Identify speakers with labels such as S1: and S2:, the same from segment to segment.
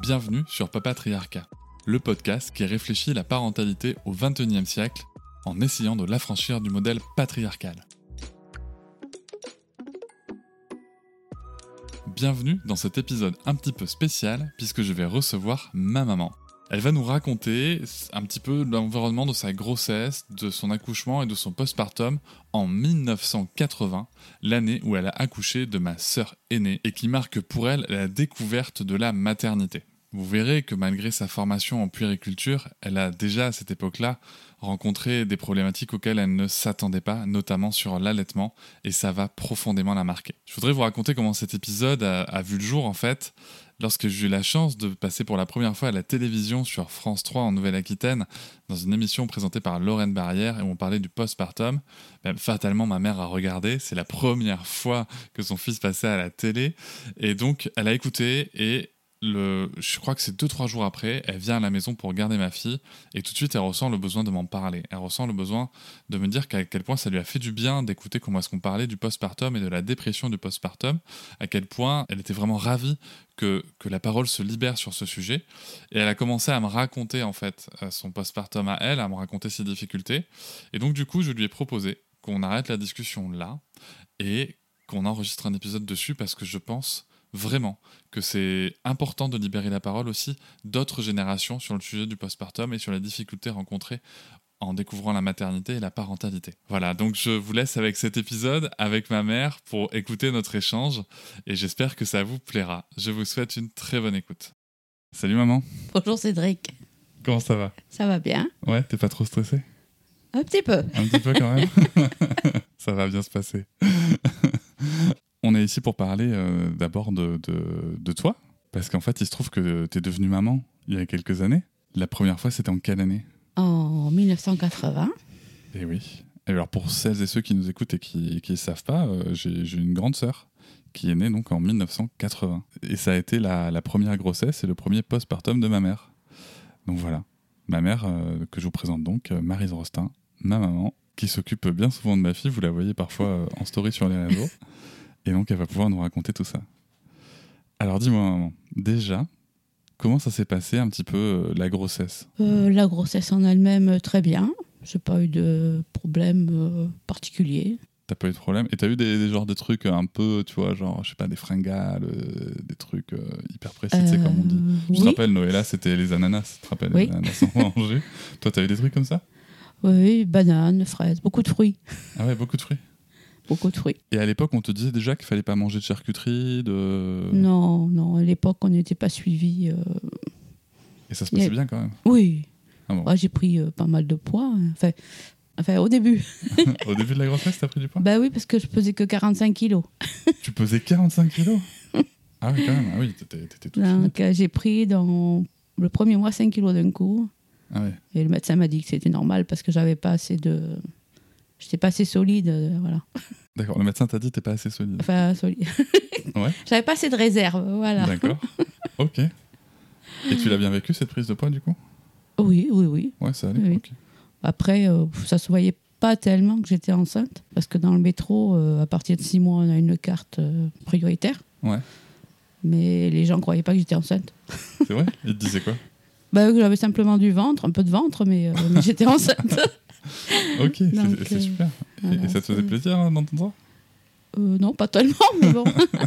S1: Bienvenue sur Papatriarcat, le podcast qui réfléchit la parentalité au XXIe siècle en essayant de l'affranchir du modèle patriarcal. Bienvenue dans cet épisode un petit peu spécial puisque je vais recevoir ma maman. Elle va nous raconter un petit peu l'environnement de sa grossesse, de son accouchement et de son postpartum en 1980, l'année où elle a accouché de ma sœur aînée et qui marque pour elle la découverte de la maternité. Vous verrez que malgré sa formation en puériculture, elle a déjà à cette époque-là rencontré des problématiques auxquelles elle ne s'attendait pas, notamment sur l'allaitement, et ça va profondément la marquer. Je voudrais vous raconter comment cet épisode a, a vu le jour en fait. Lorsque j'ai eu la chance de passer pour la première fois à la télévision sur France 3 en Nouvelle-Aquitaine, dans une émission présentée par Lorraine Barrière et où on parlait du postpartum, ben, fatalement ma mère a regardé, c'est la première fois que son fils passait à la télé, et donc elle a écouté et le, je crois que c'est deux trois jours après, elle vient à la maison pour garder ma fille et tout de suite elle ressent le besoin de m'en parler. Elle ressent le besoin de me dire qu'à quel point ça lui a fait du bien d'écouter comment est-ce qu'on parlait du postpartum et de la dépression du postpartum, à quel point elle était vraiment ravie que, que la parole se libère sur ce sujet. Et elle a commencé à me raconter en fait euh, son postpartum à elle, à me raconter ses difficultés. Et donc du coup je lui ai proposé qu'on arrête la discussion là et qu'on enregistre un épisode dessus parce que je pense vraiment que c'est important de libérer la parole aussi d'autres générations sur le sujet du postpartum et sur les difficultés rencontrées en découvrant la maternité et la parentalité. Voilà, donc je vous laisse avec cet épisode, avec ma mère, pour écouter notre échange, et j'espère que ça vous plaira. Je vous souhaite une très bonne écoute. Salut maman,
S2: Bonjour Cédric,
S1: comment ça va
S2: ça va bien
S1: Ouais, t'es pas trop stressé
S2: Un petit peu.
S1: Un petit peu quand même Ça va bien se passer. On est ici pour parler euh, d'abord de, de- de toi, parce qu'en fait, il se trouve que t'es devenue maman il y a quelques années. La première fois, c'était en quelle année
S2: En 1980,
S1: Eh oui. Et alors pour celles et ceux qui nous écoutent et qui ne savent pas, euh, j'ai j'ai une grande sœur qui est née donc en 1980. Et ça a été la, la première grossesse et le premier postpartum de ma mère. Donc voilà, ma mère euh, que je vous présente donc, euh, Marise Rostin, ma maman, qui s'occupe bien souvent de ma fille, vous la voyez parfois euh, en story sur les réseaux. Et donc elle va pouvoir nous raconter tout ça. Alors dis-moi maman, déjà, comment ça s'est passé un petit peu euh, la grossesse
S2: euh, la grossesse en elle-même euh, très bien. J'ai pas eu de problème euh, particulier.
S1: T'as pas eu de problème Et t'as eu des, des genres de trucs un peu, tu vois, genre, je sais pas, des fringales, euh, des trucs euh, hyper précis, tu sais, comme on dit.
S2: Euh,
S1: Je te
S2: oui,
S1: rappelle, Noëlla, c'était les ananas, tu te rappelles
S2: Oui.
S1: Les ananas en Angers. Toi, t'as eu des trucs comme ça
S2: oui, bananes, fraises, beaucoup de fruits,
S1: Ah ouais, beaucoup de fruits.
S2: beaucoup de fruits.
S1: Et à l'époque, on te disait déjà qu'il fallait pas manger de charcuterie, de...
S2: Non, non, à l'époque on n'était pas suivi. euh,
S1: Et ça se passait
S2: Il y a-
S1: bien quand même,
S2: Oui,
S1: Ah bon.
S2: Ouais, j'ai pris euh, pas mal de poids. hein. Enfin, enfin, au début.
S1: Au début de la grossesse, t'as pris du poids
S2: Bah oui, parce que je pesais que 45 kilos.
S1: Tu pesais 45 kilos Ah oui, quand même, ah oui, t'étais t'étais toute fine.
S2: Donc euh, j'ai pris dans le premier mois 5 kilos d'un coup.
S1: Ah ouais.
S2: Et le médecin m'a dit que c'était normal parce que j'avais pas assez de. J'étais pas assez solide, euh, voilà.
S1: D'accord, le médecin t'a dit t'es pas assez solide.
S2: Enfin, solide.
S1: Ouais.
S2: j'avais pas assez de réserve, voilà.
S1: D'accord, ok. Et tu l'as bien vécu, cette prise de poids, du coup
S2: Oui, oui, oui.
S1: Ouais, ça allait,
S2: Oui.
S1: ok.
S2: Après, euh, ça se voyait pas tellement que j'étais enceinte parce que dans le métro, euh, à partir de six mois, on a une carte euh, prioritaire.
S1: Ouais.
S2: Mais les gens croyaient pas que j'étais enceinte.
S1: C'est vrai Il te disait quoi
S2: Bah, eux, j'avais simplement du ventre, un peu de ventre, mais, euh, mais j'étais enceinte.
S1: Ok, c'est-
S2: Donc,
S1: c'est
S2: euh,
S1: super. Et-
S2: voilà,
S1: et ça te faisait
S2: c'est-
S1: plaisir hein, d'entendre
S2: Euh, non, pas tellement, mais bon.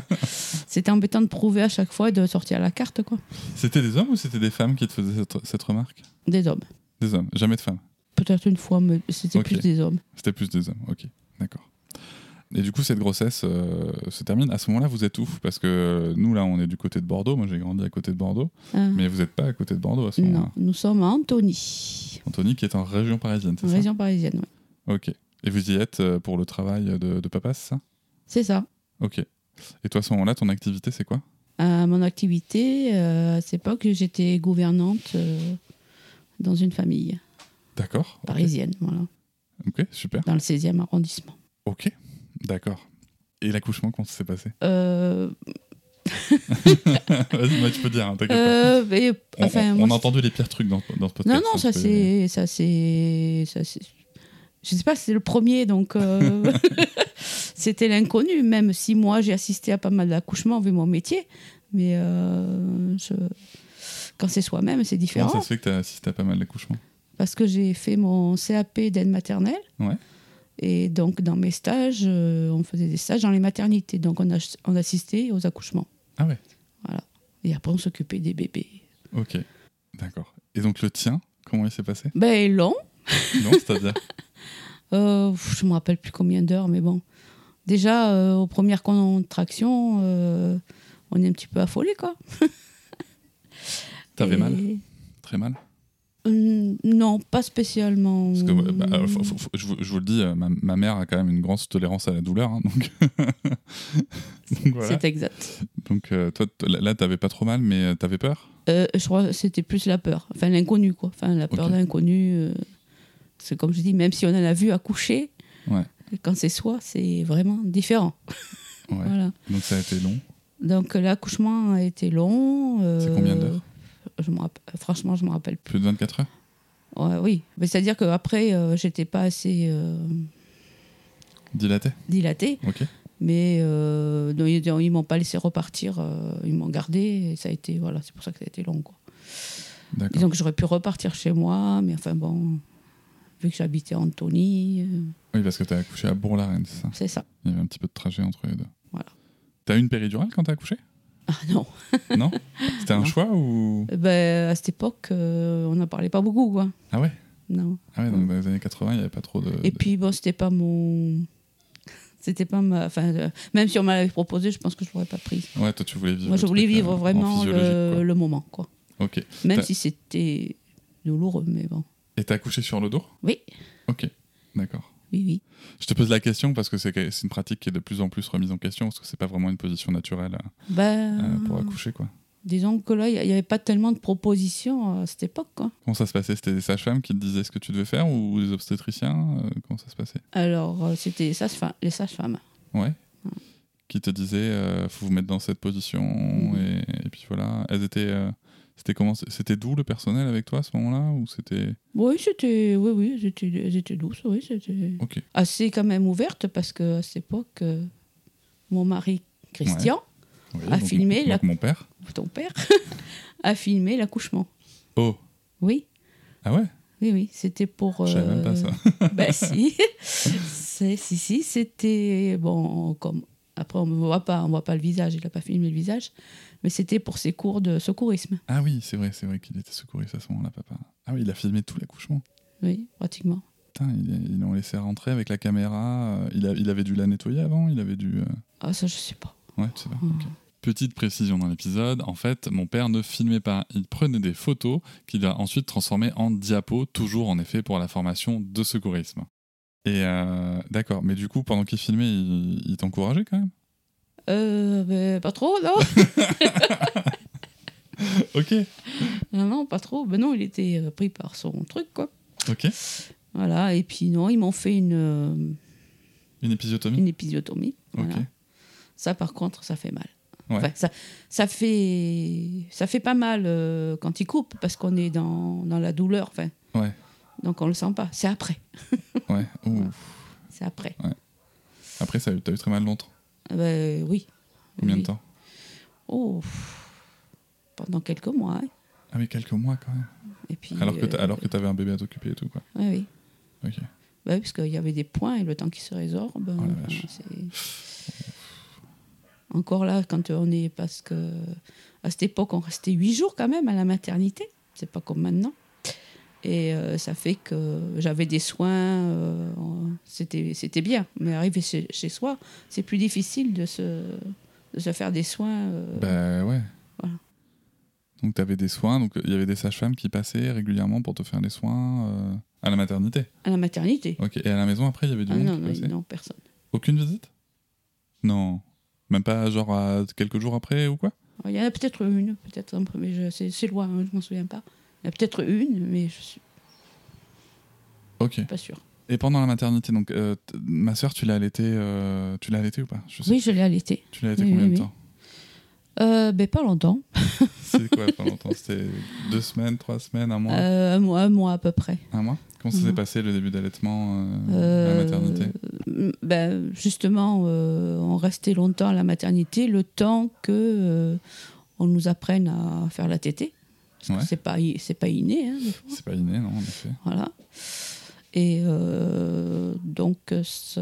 S2: c'était embêtant de prouver à chaque fois et de sortir la carte, quoi.
S1: ça C'était des hommes ou c'était des femmes qui te faisaient cette, cette remarque
S2: Des hommes.
S1: Des hommes, jamais de femmes.
S2: Peut-être une fois, mais c'était
S1: Ok.
S2: plus des hommes.
S1: C'était plus des hommes, ok, d'accord. Et du coup, cette grossesse euh, se termine. À ce moment-là, vous êtes où Parce que euh, nous, là, on est du côté de Bordeaux. Moi, j'ai grandi à côté de Bordeaux.
S2: Ah,
S1: Mais vous n'êtes pas à côté de Bordeaux à ce
S2: non,
S3: euh,
S1: moment-là.
S2: nous sommes à Antony,
S1: Anthony, qui est en région parisienne, c'est
S2: en
S1: ça
S2: région parisienne. ouais.
S1: Ok. Et vous y êtes euh, pour le travail de, de papa, c'est ça
S2: C'est ça.
S1: Ok.
S3: Et toi, à ce moment-là, ton activité, c'est quoi
S2: À Euh, mon activité, euh, à cette époque, j'étais gouvernante euh, dans une famille
S3: D'accord. ok.
S2: parisienne, voilà,
S3: Ok, super.
S2: dans le 16e arrondissement.
S3: Ok, d'accord. Et l'accouchement, comment ça s'est passé
S2: Euh,
S3: Vas-y, moi, tu peux dire, hein, t'inquiète pas.
S2: euh, et-
S3: On,
S2: enfin,
S3: on-
S2: moi,
S3: on
S2: je-
S3: a entendu les pires trucs dans, dans ce podcast.
S2: Non, non, ça
S3: peut-
S2: c'est, ça c'est, ça c'est. Je sais pas, c'est le premier, donc euh, c'était l'inconnu. Même si moi j'ai assisté à pas mal d'accouchements vu mon métier, mais euh, je- quand c'est soi-même, c'est
S3: Comment ça
S2: différent.
S3: se fait que t'as assisté à pas mal d'accouchements
S2: Parce que j'ai fait mon CAP d'aide maternelle.
S3: Ouais.
S2: Et donc dans mes stages, euh, on faisait des stages dans les maternités, donc on, a- on assistait aux accouchements.
S3: Ah ouais.
S2: Voilà. Et après on s'occupait des bébés.
S3: Ok, d'accord. Et donc le tien, comment il s'est passé
S2: Ben long.
S3: Non, c'est-à-dire
S2: Euh, pff, je me rappelle plus combien d'heures, mais bon. Déjà, euh, aux premières contractions, euh, on est un petit peu affolé, quoi.
S3: T'avais
S2: Et-
S3: mal Très mal
S2: Hum, Non, pas spécialement.
S3: Parce que ouais, bah, euh, faut- faut- faut- je, vous, je vous le dis, euh, ma, ma mère a quand même une grosse tolérance à la douleur, hein, donc. donc voilà.
S2: C'est exact.
S3: Donc euh, toi, t- là, là, t'avais pas trop mal, mais euh, t'avais peur
S2: Euh, je crois que c'était plus la peur, enfin l'inconnu, quoi. Enfin, la peur
S3: Ok.
S2: de l'inconnu. euh, c'est comme je dis, même si on en a vu accoucher,
S3: Ouais.
S2: quand c'est soi, c'est vraiment différent.
S3: Ouais.
S2: Voilà.
S3: Donc ça a été long.
S2: Donc l'accouchement a été long.
S3: C'est
S2: euh,
S3: combien d'heures
S2: je me rappelle- Franchement, je me rappelle
S3: Plus de 24 heures
S2: Ouais, oui, mais c'est-à-dire qu'après, euh, j'étais pas assez euh,
S3: Dilaté
S2: dilatée,
S3: Ok.
S2: mais euh, donc, ils ils m'ont pas laissé repartir, euh, ils m'ont gardée, et ça a été, voilà, c'est pour ça que ça a été long. Quoi.
S3: D'accord.
S2: Disons que j'aurais pu repartir chez moi, mais enfin bon, vu que j'habitais Antony, euh,
S3: Oui, parce que t'as accouché à Bourg-la-Reine, c'est ça
S2: c'est ça.
S3: Il y avait un petit peu de trajet entre les deux.
S2: Voilà.
S3: T'as eu une péridurale quand t'as accouché
S2: Ah non,
S3: Non C'était un
S2: Non.
S3: choix ou
S2: Eh ben, à cette époque, euh, on n'en parlait pas beaucoup, quoi.
S3: Ah ouais
S2: Non.
S3: Ah ouais, donc dans les années 80, il n'y avait pas trop de.
S2: Mm. Et
S3: de-
S2: puis bon, c'était pas mon. C'était pas ma. Enfin, euh, même si on m'avait proposé, je pense que je l'aurais pas prise.
S3: Ouais, toi, tu voulais vivre.
S2: Moi,
S3: le
S2: je voulais
S3: truc, euh,
S2: vivre
S3: en
S2: vraiment
S3: physiologique,
S2: le, le moment, quoi.
S3: quoi. Ok.
S2: Même
S3: T'as-
S2: si c'était douloureux, mais bon.
S3: Et t'as accouché sur le dos
S2: Oui,
S3: Ok. D'accord.
S2: oui, oui.
S3: Je te pose la question parce que c'est que- c'est une pratique qui est de plus en plus remise en question parce que c'est pas vraiment une position naturelle euh,
S2: Ben,
S3: euh, pour accoucher quoi.
S2: disons que là, il n'y avait pas tellement de propositions à cette époque. hein. quoi.
S3: Comment ça se passait C'était des sages-femmes qui te disaient ce que tu devais faire ou des obstétriciens Euh, Comment ça se passait
S2: Alors, euh, c'était les sages-femmes. Les sages-femmes.
S3: Ouais.
S2: Mm.
S3: Qui te disaient euh, faut vous mettre dans cette position
S2: Mm.
S3: et, et puis voilà. Elles étaient euh, c'était comment C'était doux le personnel avec toi à ce moment-là ou c'était
S2: Oui, c'était, oui, oui, elles étaient- elles étaient douces, oui, c'était
S3: ok
S2: assez quand même ouverte parce que à cette époque, euh, mon mari Christian,
S3: Oui,
S2: À
S3: donc
S2: filmer,
S3: mon,
S2: là.
S3: donc mon père.
S2: ton père, a filmé l'accouchement.
S3: Oh
S2: Oui,
S3: ah ouais
S2: oui, oui, c'était pour.
S3: je savais même pas
S2: euh,
S3: ça.
S2: Ben si, C'est- si, si, c'était bon. Comme après, on ne voit pas, on voit pas le visage. Il n'a pas filmé le visage, mais c'était pour ses cours de secourisme.
S3: Ah oui, c'est vrai, c'est vrai qu'il était secouriste à ce moment-là, papa. Ah oui, il a filmé tout l'accouchement.
S2: Oui, pratiquement.
S3: Putain, ils ils l'ont laissé rentrer avec la caméra. euh, Il, a- il avait dû la nettoyer avant, il avait dû. euh,
S2: Ah ça, je sais pas.
S3: Ouais, tu sais pas.
S2: Ah.
S3: ok. Petite précision dans l'épisode, en fait, mon père ne filmait pas, il prenait des photos qu'il a ensuite transformées en diapos, toujours en effet pour la formation de secourisme. Et euh, d'accord, mais du coup, pendant qu'il filmait, il, il t'encourageait quand même
S2: Euh, ben, pas trop, non.
S3: Ok,
S2: non, non, pas trop. Ben non, il était euh, pris par son truc, quoi.
S3: ok.
S2: Voilà. Et puis non, ils m'ont fait une euh,
S3: Une épisiotomie
S2: une épisiotomie.
S3: Ok.
S2: Voilà. Ça, par contre, ça fait mal.
S3: Ouais.
S2: Enfin, ça, ça, fait, ça fait pas mal euh, quand il coupe, parce qu'on est dans, dans la douleur. Enfin,
S3: Ouais.
S2: Donc on le sent pas. C'est après.
S3: Ouais. Ouh.
S2: C'est après.
S3: Après, ça a eu- t'as eu très mal longtemps.
S2: Ah ben, oui.
S3: Combien
S2: Oui.
S3: de temps
S2: Oh, pff, pendant quelques mois. hein.
S3: Ah, mais quelques mois quand même.
S2: Et puis,
S3: Alors que
S2: euh,
S3: t'a- alors que t'avais un bébé à t'occuper et tout, quoi.
S2: ouais, oui.
S3: Ok.
S2: Bah oui, parce qu'il y avait des points et le temps qui se résorbe.
S3: Oh la
S2: enfin,
S3: vache.
S2: c'est- Encore là, quand on est. Parce que. À cette époque, on restait huit jours quand même à la maternité. C'est pas comme maintenant. Et euh, ça fait que j'avais des soins. euh, on- c'était, c'était bien. Mais arrivé chez, chez soi, c'est plus difficile de se, de se faire des soins. euh,
S3: Bah ouais.
S2: Voilà.
S3: Donc t'avais des soins, donc il y avait des sages-femmes qui passaient régulièrement pour te faire les soins euh, à la maternité.
S2: à la maternité.
S3: Ok. Et à la maison après, il y avait du
S2: Ah
S3: monde
S2: non,
S3: qui
S2: non,
S3: passait.
S2: non, personne.
S3: Aucune visite Non. Même pas genre à quelques jours après ou quoi
S2: Il y en a peut-être une, peut-être un premier, je- c'est c'est loin, hein, je m'en souviens pas. Il y en a peut-être une, mais je suis
S3: Ok.
S2: pas sûre.
S3: Et pendant la maternité, donc euh, t- ma soeur, tu l'as allaitée, euh, tu l'as allaitée ou pas Je sais
S2: Oui, je l'ai allaitée.
S3: Tu l'as allaitée
S2: oui,
S3: combien
S2: oui,
S3: de
S2: oui.
S3: temps
S2: Euh, ben, pas longtemps,
S3: C'est quoi pas longtemps C'était deux semaines, trois semaines, un mois,
S2: Euh, un, mois, un mois à peu près.
S3: un mois Comment ça s'est
S2: Mhm.
S3: passé le début d'allaitement euh, à
S2: Euh,
S3: la maternité
S2: ben, Justement, euh, on restait longtemps à la maternité, le temps que euh, on nous apprenne à faire la tétée. Parce
S3: Ouais.
S2: que c'est pas, i- c'est pas inné, hein, des fois.
S3: C'est pas inné, non En effet.
S2: Voilà. Et euh, donc, euh, ce-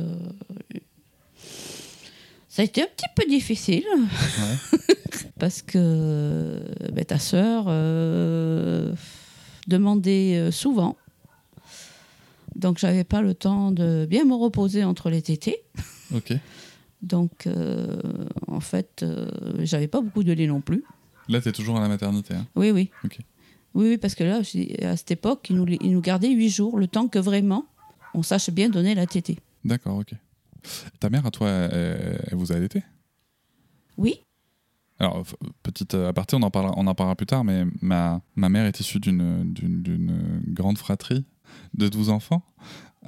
S2: ça a été un petit peu difficile. parce que ben, ta sœur euh, demandait euh, souvent. Donc, j'avais pas le temps de bien me reposer entre les tétés.
S3: Ok.
S2: Donc, euh, en fait, euh, j'avais pas beaucoup de lait non plus.
S3: Là, t'es toujours à la maternité. hein.
S2: Oui, oui.
S3: Ok.
S2: Oui, oui, parce que là, je- à cette époque, ils nous, ils nous gardaient huit jours, le temps que vraiment on sache bien donner la tétée.
S3: D'accord, ok. Ta mère, à toi, elle, elle vous a allaité
S2: Oui,
S3: Alors, f- petite euh, aparté, on en parlera, on en parlera plus tard, mais ma, ma mère est issue d'une- d'une d'une grande fratrie de 12 enfants.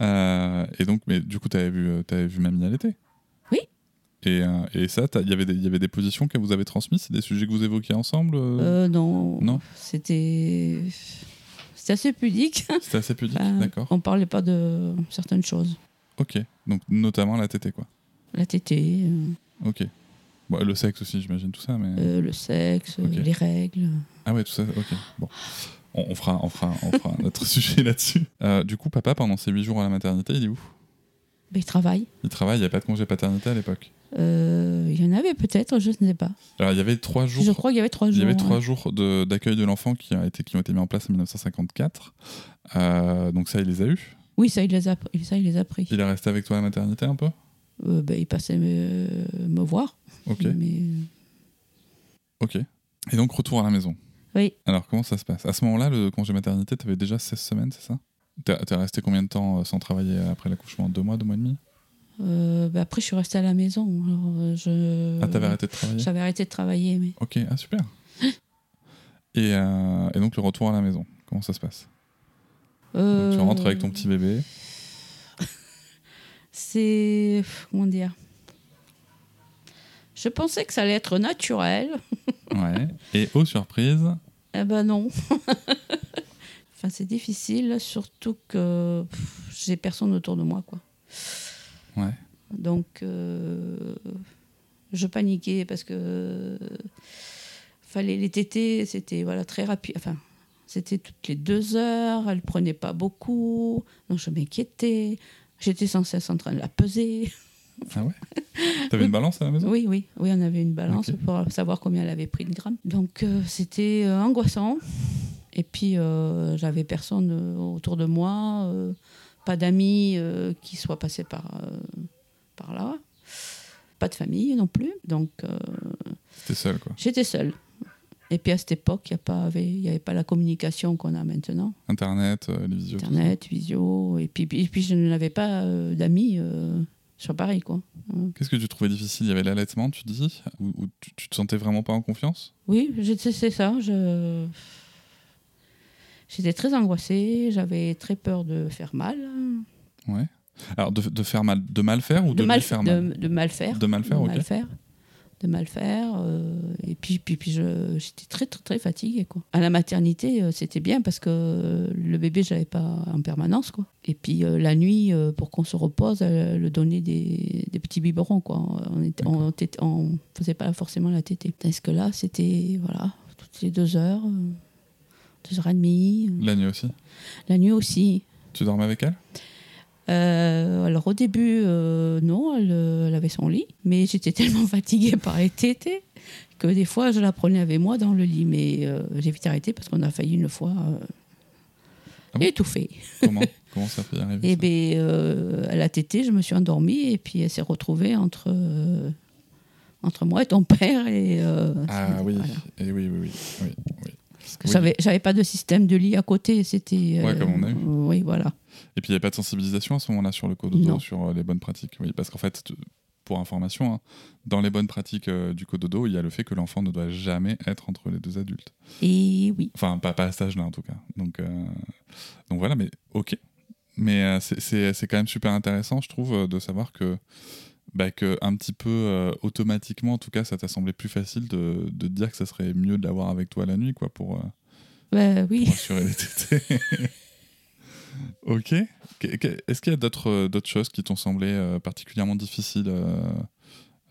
S3: Euh, et donc, mais du coup, t'avais vu, euh, t'avais vu mamie allaiter
S2: Oui.
S3: Et, euh, et ça, t'as- il y avait des- il y avait des positions qu'elle vous avait transmises C'est des sujets que vous évoquiez ensemble euh,
S2: euh, non.
S3: non.
S2: C'était. C'était assez pudique.
S3: C'était assez pudique,
S2: Enfin,
S3: d'accord.
S2: On parlait pas de certaines choses.
S3: Ok, donc notamment la tétée, quoi.
S2: La tétée, euh,
S3: Ok. Bon, le sexe aussi, j'imagine, tout ça, mais...
S2: euh, le sexe,
S3: Ok.
S2: euh, les règles.
S3: Ah ouais, tout ça, ok. Bon. On, on fera, on fera, on fera notre sujet là-dessus. Euh, du coup, papa, pendant ces 8 jours à la maternité, il est où
S2: Ben, ils travaillent.
S3: Il travaille, il n'y a pas de congé paternité à l'époque.
S2: Euh, il y en avait peut-être, je ne sais pas.
S3: Alors, il y avait trois jours...
S2: Je crois qu'il y avait trois
S3: Il
S2: jours. hein.
S3: y avait trois
S2: ouais.
S3: jours de- d'accueil de, l'enfant qui, a été- qui ont été mis en place en 1954. Euh, donc ça, il les a eus.
S2: Oui, ça, il les a, ça, il les a pris.
S3: Il est resté avec toi à la maternité un peu
S2: Euh, ben, il passait me, me voir.
S3: Ok,
S2: Mais,
S3: ok. Et donc, retour à la maison.
S2: oui.
S3: Alors, comment ça se passe À ce moment-là, le congé maternité, t'avais déjà 16 semaines, c'est ça T'es t'es resté combien de temps euh, sans travailler après l'accouchement Deux mois, deux mois et demi
S2: Euh, bah après, je suis restée à la maison. Alors, euh, je...
S3: Ah, t'avais arrêté de travailler
S2: J'avais arrêté de travailler. Mais...
S3: Ok, ah super. Et, euh, et donc le retour à la maison, comment ça se passe Donc, Tu
S2: Euh,
S3: rentres avec ton petit bébé.
S2: C'est. Comment dire Je pensais que ça allait être naturel.
S3: Ouais. Et oh, aux surprises,
S2: Eh ben non. enfin, c'est difficile, surtout que pff, j'ai personne autour de moi. quoi.
S3: Ouais.
S2: Donc, euh, je paniquais parce que euh, fallait les tétés, c'était voilà, très rapide. Enfin, c'était toutes les deux heures, elle prenait pas beaucoup, donc je m'inquiétais. J'étais sans cesse en train de la peser.
S3: t'avais une balance à la maison
S2: Oui, oui, oui, on avait une balance
S3: Ok.
S2: pour savoir combien elle avait pris de grammes. Donc euh, c'était euh, angoissant. Et puis euh, j'avais personne euh, autour de moi, euh, pas d'amis euh, qui soient passés par, euh, par là, pas de famille non plus. Donc euh,
S3: T'étais seul quoi.
S2: j'étais seule. Et puis à cette époque, il n'y avait, y avait pas la communication qu'on a maintenant.
S3: Internet, euh, les visios. tout ça.
S2: Internet, visio. Et puis, et puis je n'avais pas euh, d'amis euh, sur Paris. quoi.
S3: Qu'est-ce que tu trouvais difficile Il y avait l'allaitement, tu dis Ou, ou tu, tu te sentais vraiment pas en confiance
S2: Oui, je- c'est c'est ça. Je... J'étais très angoissée, j'avais très peur de faire mal.
S3: Ouais. Alors de, de faire mal, de mal faire ou de, lui
S2: mal,
S3: faire mal
S2: De, de mal faire.
S3: De mal faire, ok.
S2: De mal faire. euh, et puis, puis, puis je- j'étais très, très, très fatiguée. Quoi. À la maternité, euh, c'était bien parce que euh, le bébé, je l'avais pas en permanence. Quoi. Et puis euh, la nuit, euh, pour qu'on se repose, elle le donnait des, des petits biberons. Quoi. On ne on, tét- on faisait pas forcément la tétée. Parce que là, c'était voilà, toutes les deux heures, euh, deux heures et demie. euh.
S3: La nuit aussi.
S2: La nuit aussi.
S3: Tu dormais avec elle
S2: Euh, alors au début, euh, non, elle, euh, elle avait son lit, mais j'étais tellement fatiguée par les tétés que des fois je la prenais avec moi dans le lit, mais euh, j'ai vite arrêté parce qu'on a failli une fois euh,
S3: Ah bon
S2: étouffer. Eh ben, euh,
S3: Comment Comment ça peut arriver
S2: Et
S3: ça
S2: bien, elle a tété, je me suis endormie et puis elle s'est retrouvée entre, euh, entre moi et ton père. Et, euh,
S3: Ah oui.
S2: voilà.
S3: Et oui, oui, oui, oui, oui.
S2: Parce que
S3: Oui.
S2: j'avais- J'avais pas de système de lit à côté, c'était. euh,
S3: Ouais, comme on a eu.
S2: Oui, voilà.
S3: Et puis il n'y avait pas de sensibilisation à ce moment-là sur le cododo,
S2: Non.
S3: sur euh, les bonnes pratiques. Oui, parce qu'en fait, tu- pour information, hein, dans les bonnes pratiques euh, du cododo, il y a le fait que l'enfant ne doit jamais être entre les deux adultes.
S2: Et oui.
S3: Enfin, pas, pas à cet âge-là, en tout cas. Donc, euh, donc voilà, mais ok. Mais euh, c'est- c'est c'est quand même super intéressant, je trouve, euh, de savoir que, bah, que un petit peu euh, automatiquement, en tout cas, ça t'a semblé plus facile de, de te dire que ça serait mieux de l'avoir avec toi la nuit, quoi, pour, euh,
S2: Ouais, Ben oui.
S3: pour assurer les tétés. ok. Que- que- Est-ce qu'il y a d'autres euh, d'autres choses qui t'ont semblé euh, particulièrement difficiles euh,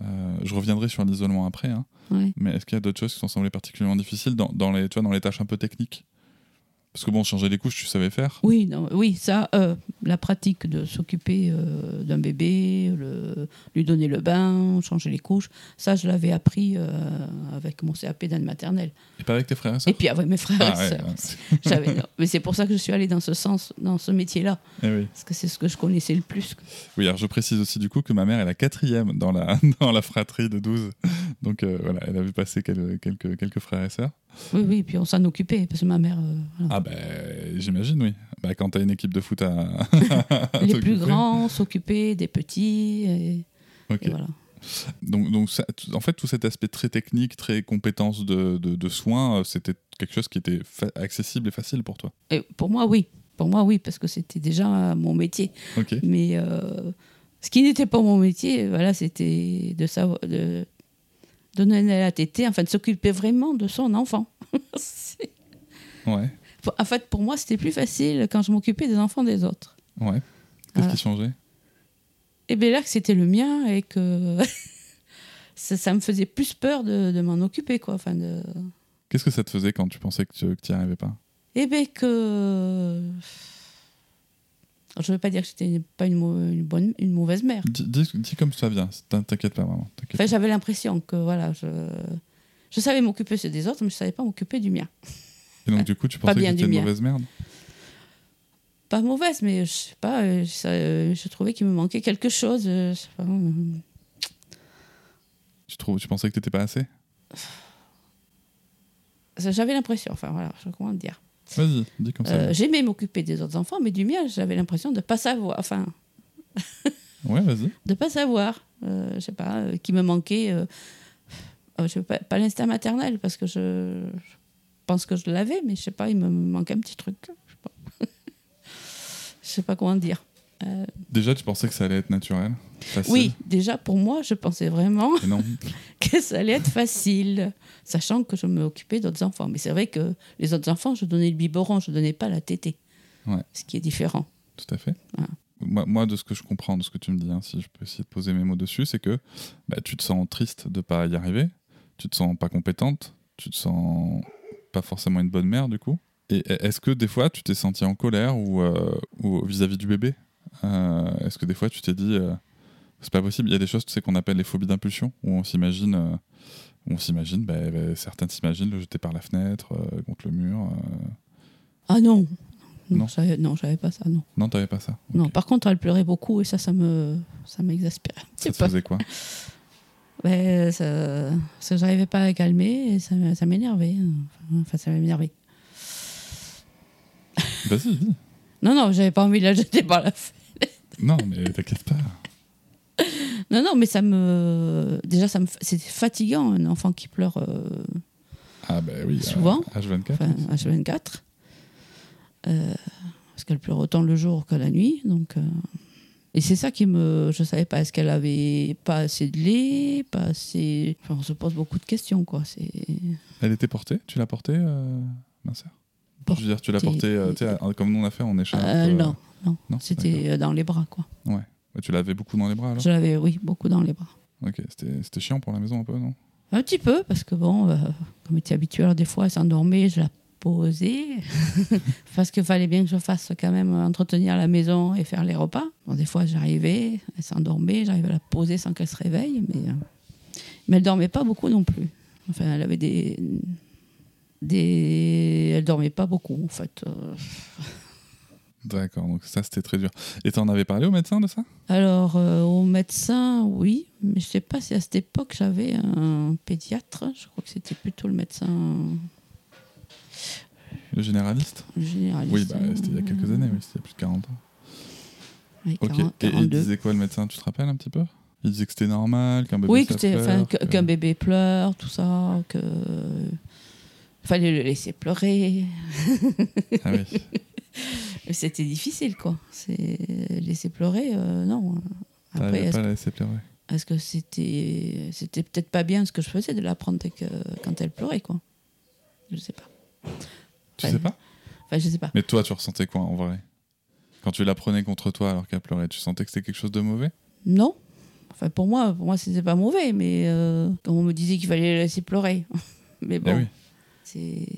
S3: euh, Je reviendrai sur l'isolement après, hein.
S2: Ouais.
S3: Mais est-ce qu'il y a d'autres choses qui t'ont semblé particulièrement difficiles dans, dans les, tu vois, dans les tâches un peu techniques Parce que bon, changer les couches, tu savais faire.
S2: Oui, non, oui, ça, euh, la pratique de s'occuper euh, d'un bébé, le- lui donner le bain, changer les couches, ça, je l'avais appris euh, avec mon CAP d'âne maternelle.
S3: Et pas avec tes frères et sœurs
S2: Et puis avec mes frères
S3: Ah,
S2: et
S3: ouais,
S2: sœurs.
S3: ouais.
S2: J'avais- non, Mais c'est pour ça que je suis allée dans ce sens, dans ce métier-là,
S3: Eh oui.
S2: parce que c'est ce que je connaissais le plus.
S3: Oui, alors je précise aussi du coup que ma mère est la quatrième dans la, dans la fratrie de 12. Donc euh, voilà, elle a vu passer quel- quelques, quelques frères et sœurs.
S2: Oui, oui, et puis on s'en occupait, parce que ma mère, euh, voilà.
S3: Ah ben, j'imagine, oui. Bah, quand t'as une équipe de foot à. à
S2: les
S3: t'occuper.
S2: plus grands s'occupaient des petits, et, et
S3: Ok.
S2: voilà.
S3: Donc, donc ça- t- en fait, tout cet aspect très technique, très compétence de, de, de soins, euh, c'était quelque chose qui était fa- accessible et facile pour toi.
S2: Et pour moi, oui. Pour moi, oui, parce que c'était déjà mon métier.
S3: Ok.
S2: Mais euh, ce qui n'était pas mon métier, voilà, c'était de savoir de donner la tétée, enfin de s'occuper vraiment de son enfant. C'est-
S3: Ouais.
S2: en fait, pour moi, c'était plus facile quand je m'occupais des enfants des autres.
S3: Ouais. Qu'est-ce
S2: Voilà.
S3: qui changeait
S2: Et bien là que c'était le mien et que ça, ça me faisait plus peur de, de m'en occuper, quoi. Enfin de...
S3: Qu'est-ce que ça te faisait quand tu pensais que tu n'y arrivais pas
S2: Et bien que je ne veux pas dire que j'étais une- pas une, mau- une bonne, une mauvaise mère.
S3: Dis- Dis dis comme ça vient, t'in- t'inquiète pas, maman. t'inquiète
S2: Enfin, j'avais l'impression que voilà, je, je savais m'occuper ceux des autres, mais je savais pas m'occuper du mien.
S3: pas. Et donc, du coup, tu pensais que
S2: bien
S3: t'étais
S2: du
S3: une
S2: mien.
S3: mauvaise merde
S2: Pas mauvaise, mais je sais pas, euh, ça, euh, je trouvais qu'il me manquait quelque chose. euh, je sais pas, euh,
S3: tu, trouves, tu pensais que t'étais pas assez
S2: ça, j'avais l'impression, enfin voilà, je sais comment dire.
S3: Vas-y, dis comme ça.
S2: Euh, J'aimais m'occuper des autres enfants, mais du mien, j'avais l'impression de pas savoir, enfin,
S3: Ouais, vas-y.
S2: de pas savoir, euh, je sais pas, euh, qui me manquait. euh, euh, je sais pas, pas l'instinct maternel parce que je, je pense que je l'avais, mais je sais pas, il me manquait un petit truc. Je sais pas, je sais pas comment dire. Euh,
S3: Déjà, tu pensais que ça allait être naturel facile,
S2: Oui, déjà pour moi, je pensais vraiment
S3: et non.
S2: que ça allait être facile, sachant que je m'occupais d'autres enfants. Mais c'est vrai que les autres enfants, je donnais le biberon, je donnais pas la tétée,
S3: Ouais.
S2: ce qui est différent.
S3: Tout à fait.
S2: Voilà.
S3: Moi, moi, de ce que je comprends, de ce que tu me dis, hein, si je peux essayer de poser mes mots dessus, c'est que bah, tu te sens triste de pas y arriver, tu te sens pas compétente, tu te sens pas forcément une bonne mère du coup. Et e- est-ce que des fois tu t'es senti en colère ou euh, ou vis-à-vis du bébé Euh, Est-ce que des fois tu t'es dit euh, c'est pas possible Il y a des choses, tu sais, qu'on appelle les phobies d'impulsion, où on s'imagine, euh, où on s'imagine, bah, bah, certaines s'imaginent le jeter par la fenêtre, euh, contre le mur. euh.
S2: Ah non, non,
S3: Non.
S2: j'avais- non, j'avais pas ça, non.
S3: Non, t'avais pas ça.
S2: Non,
S3: Ok.
S2: par contre, elle pleurait beaucoup et ça, ça me, ça m'exaspérait. un petit
S3: Ça te
S2: peu.
S3: faisait quoi
S2: Ouais, ça, parce que j'arrivais pas à la calmer et ça, me- ça m'énervait. Enfin, ça m'énervait.
S3: Vas-y, dis.
S2: Non, non, j'avais pas envie de la jeter par la fenêtre.
S3: Non, mais t'inquiète pas.
S2: Non, non, mais ça me, déjà, ça me, c'est fatigant un enfant qui pleure. euh,
S3: Ah ben oui. euh,
S2: Souvent.
S3: H24.
S2: enfin H24. Euh, parce qu'elle pleure autant le jour que la nuit. Donc, euh, Et c'est ça qui me. Je savais pas, est-ce qu'elle avait pas assez de lait pas assez... Enfin, on se pose beaucoup de questions, quoi. C'est...
S3: Elle était portée Tu l'as portée, euh, ma sœur Je veux dire, tu l'as portée, euh, tu sais, euh, comme nous on a fait en écharpe.
S2: Euh,
S3: euh,
S2: non, non.
S3: non,
S2: C'était euh, dans les bras, quoi.
S3: ouais, Tu l'avais beaucoup dans les bras alors
S2: Je l'avais, oui, beaucoup dans les bras.
S3: Ok, c'était c'était chiant pour la maison un peu, non
S2: Un petit peu, parce que bon, euh, comme était habitué, alors des fois, elle s'endormait, je la posais. parce qu'il fallait bien que je fasse quand même euh, entretenir la maison et faire les repas. Bon, des fois, j'arrivais, elle s'endormait, j'arrivais à la poser sans qu'elle se réveille. Mais, euh, mais elle dormait pas beaucoup non plus. Enfin, elle avait des. des... Elle dormait pas beaucoup, en fait. Euh,
S3: D'accord, donc ça c'était très dur. Et t'en avais parlé au médecin de ça
S2: Alors, euh, au médecin, oui, mais je sais pas si à cette époque j'avais un pédiatre. Je crois que c'était plutôt le médecin
S3: Le généraliste
S2: généraliste.
S3: Oui, bah, c'était il y a quelques années, oui, c'était il y a plus de 40 ans.
S2: Oui,
S3: Ok,
S2: 40,
S3: et et il
S2: 42.
S3: disait quoi le médecin Tu te rappelles un petit peu Il disait que c'était normal, qu'un bébé
S2: oui, que
S3: ça
S2: c'est-
S3: pleure,
S2: enfin, que-
S3: que-
S2: qu'un bébé pleure, tout ça, que fallait le laisser pleurer.
S3: Ah oui.
S2: Mais C'était difficile, quoi. C'est laisser pleurer, euh, non. Après,
S3: T'arrivais
S2: est-ce
S3: pas à la laisser pleurer.
S2: est-ce que c'était c'était peut-être pas bien ce que je faisais de la prendre que, quand elle pleurait, quoi. Je sais pas.
S3: Tu
S2: Ouais.
S3: sais pas
S2: Enfin, je sais pas.
S3: Mais toi, tu ressentais quoi en vrai Quand tu la prenais contre toi alors qu'elle pleurait, tu sentais que c'était quelque chose de mauvais
S2: Non. Enfin, pour moi, pour moi, c'était pas mauvais, mais euh, on me disait qu'il fallait la laisser pleurer. mais
S3: Eh
S2: bon,
S3: oui.
S2: c'est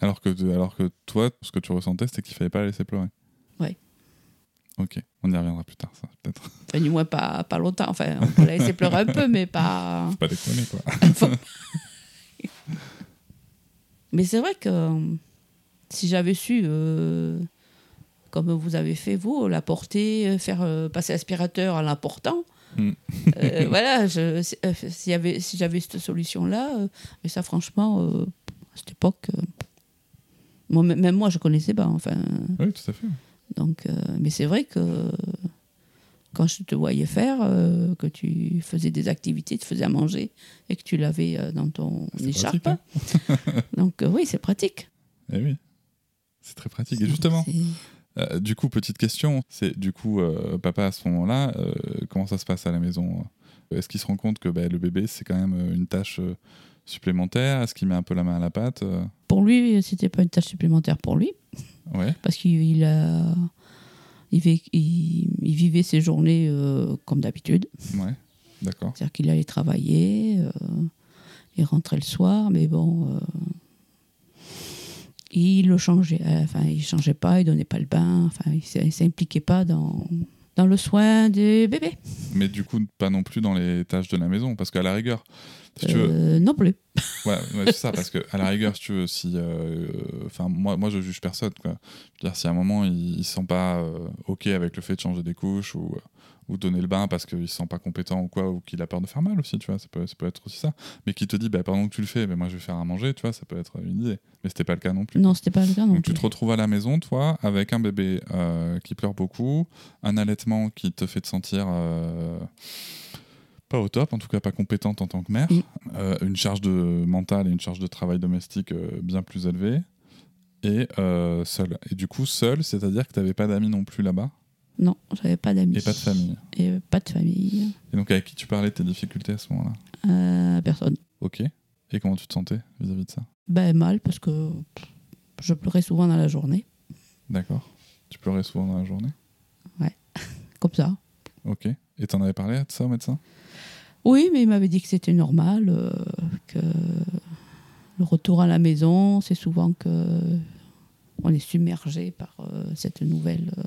S3: Alors que, alors que toi, ce que tu ressentais, c'était qu'il fallait pas la laisser pleurer.
S2: Ouais.
S3: Ok, on y reviendra plus tard, ça, peut-être.
S2: enfin, du moins pas pas longtemps. Enfin, on peut la laisser pleurer un peu, mais pas.
S3: Pas déconner, quoi.
S2: Mais c'est vrai que euh, si j'avais su, euh, comme vous avez fait vous, la porter, euh, faire euh, passer l'aspirateur en la portant,
S3: Mm.
S2: euh, voilà, je, si, euh, s'il y avait, si j'avais cette solution-là, euh, mais ça franchement, euh, à cette époque, euh, moi, m- même moi je connaissais pas. Enfin,
S3: oui, tout à fait.
S2: donc, euh, mais c'est vrai que quand je te voyais faire, euh, que tu faisais des activités, tu faisais à manger et que tu l'avais euh, dans ton
S3: C'est
S2: écharpe.
S3: pratique, hein.
S2: Donc euh, oui, c'est pratique.
S3: Eh oui. C'est très pratique. Et justement,
S2: C'est-
S3: euh, du coup, petite question, c'est du coup, euh, papa à ce moment-là, euh, comment ça se passe à la maison Est-ce qu'il se rend compte que bah, le bébé, c'est quand même euh, une tâche euh, supplémentaire Est-ce qu'il met un peu la main à la pâte Euh,
S2: Pour lui, c'était pas une tâche supplémentaire pour lui,
S3: Ouais,
S2: parce qu'il il a- il, vé- il- il vivait ses journées euh, comme d'habitude.
S3: ouais, d'accord.
S2: C'est-à-dire qu'il allait travailler, euh, il rentrait le soir, mais bon, euh, il le changeait. Euh, Enfin, il changeait pas, il donnait pas le bain, enfin, il s'im- il s'impliquait pas dans, dans le soin des bébés.
S3: Mais du coup, pas non plus dans les tâches de la maison, parce qu'à la rigueur, si tu veux,
S2: Euh, non plus.
S3: Ouais, ouais, c'est ça, parce que à la rigueur, si tu veux, si. euh, Enfin, moi, moi, je juge personne, quoi. Je veux dire, si à un moment, il ne se sent pas euh, OK avec le fait de changer des couches ou, euh, ou donner le bain parce qu'il ne se sent pas compétent ou quoi, ou qu'il a peur de faire mal aussi, tu vois, ça peut, ça peut être aussi ça. Mais qui te dit, bah, pendant que tu le fais, mais moi, je vais faire à manger, tu vois, ça peut être une idée. Mais c'était pas le cas non plus.
S2: Non, c'était pas le cas non
S3: Donc tu
S2: plus.
S3: te retrouves à la maison, toi, avec un bébé euh, qui pleure beaucoup, un allaitement qui te fait te sentir euh, pas au top, en tout cas pas compétente en tant que mère,
S2: Mm.
S3: euh, une charge de mentale et une charge de travail domestique euh, bien plus élevée, et euh, seule. Et du coup, seule, c'est-à-dire que tu n'avais pas d'amis non plus là-bas,
S2: Non, j'avais pas d'amis.
S3: et pas de famille.
S2: Et pas de famille.
S3: Et donc avec qui tu parlais de tes difficultés à ce moment-là
S2: Euh, personne.
S3: Ok. Et comment tu te sentais vis-à-vis de ça
S2: Ben mal, parce que pff, je pleurais souvent dans la journée,
S3: D'accord. Tu pleurais souvent dans la journée
S2: comme ça.
S3: Ok. Et t'en avais parlé à ça au médecin
S2: Oui, mais il m'avait dit que c'était normal, euh, que le retour à la maison, c'est souvent que on est submergé par euh, cette nouvelle, euh,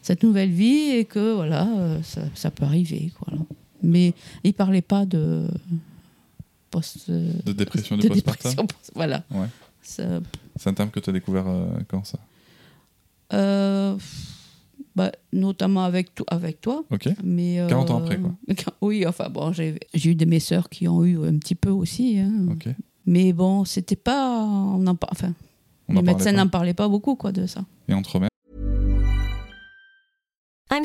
S2: cette nouvelle vie et que voilà, euh, ça, ça peut arriver, quoi. là. Mais il parlait pas de post, euh,
S3: De dépression
S2: de
S3: du postpartum
S2: dépression post- voilà.
S3: Ouais.
S2: Ça-
S3: C'est un terme que tu as découvert euh, quand ça
S2: euh, bah, notamment avec, to- avec toi.
S3: Ok
S2: Mais, euh,
S3: 40 ans après, quoi.
S2: Oui, enfin bon, j'ai j'ai eu de mes sœurs qui ont eu un petit peu aussi. hein.
S3: Ok.
S2: Mais bon, c'était pas. On en par- enfin,
S3: On
S2: les
S3: en parlait
S2: médecins
S3: pas.
S2: n'en parlaient pas beaucoup quoi, de ça.
S3: Et entre mères
S4: I'm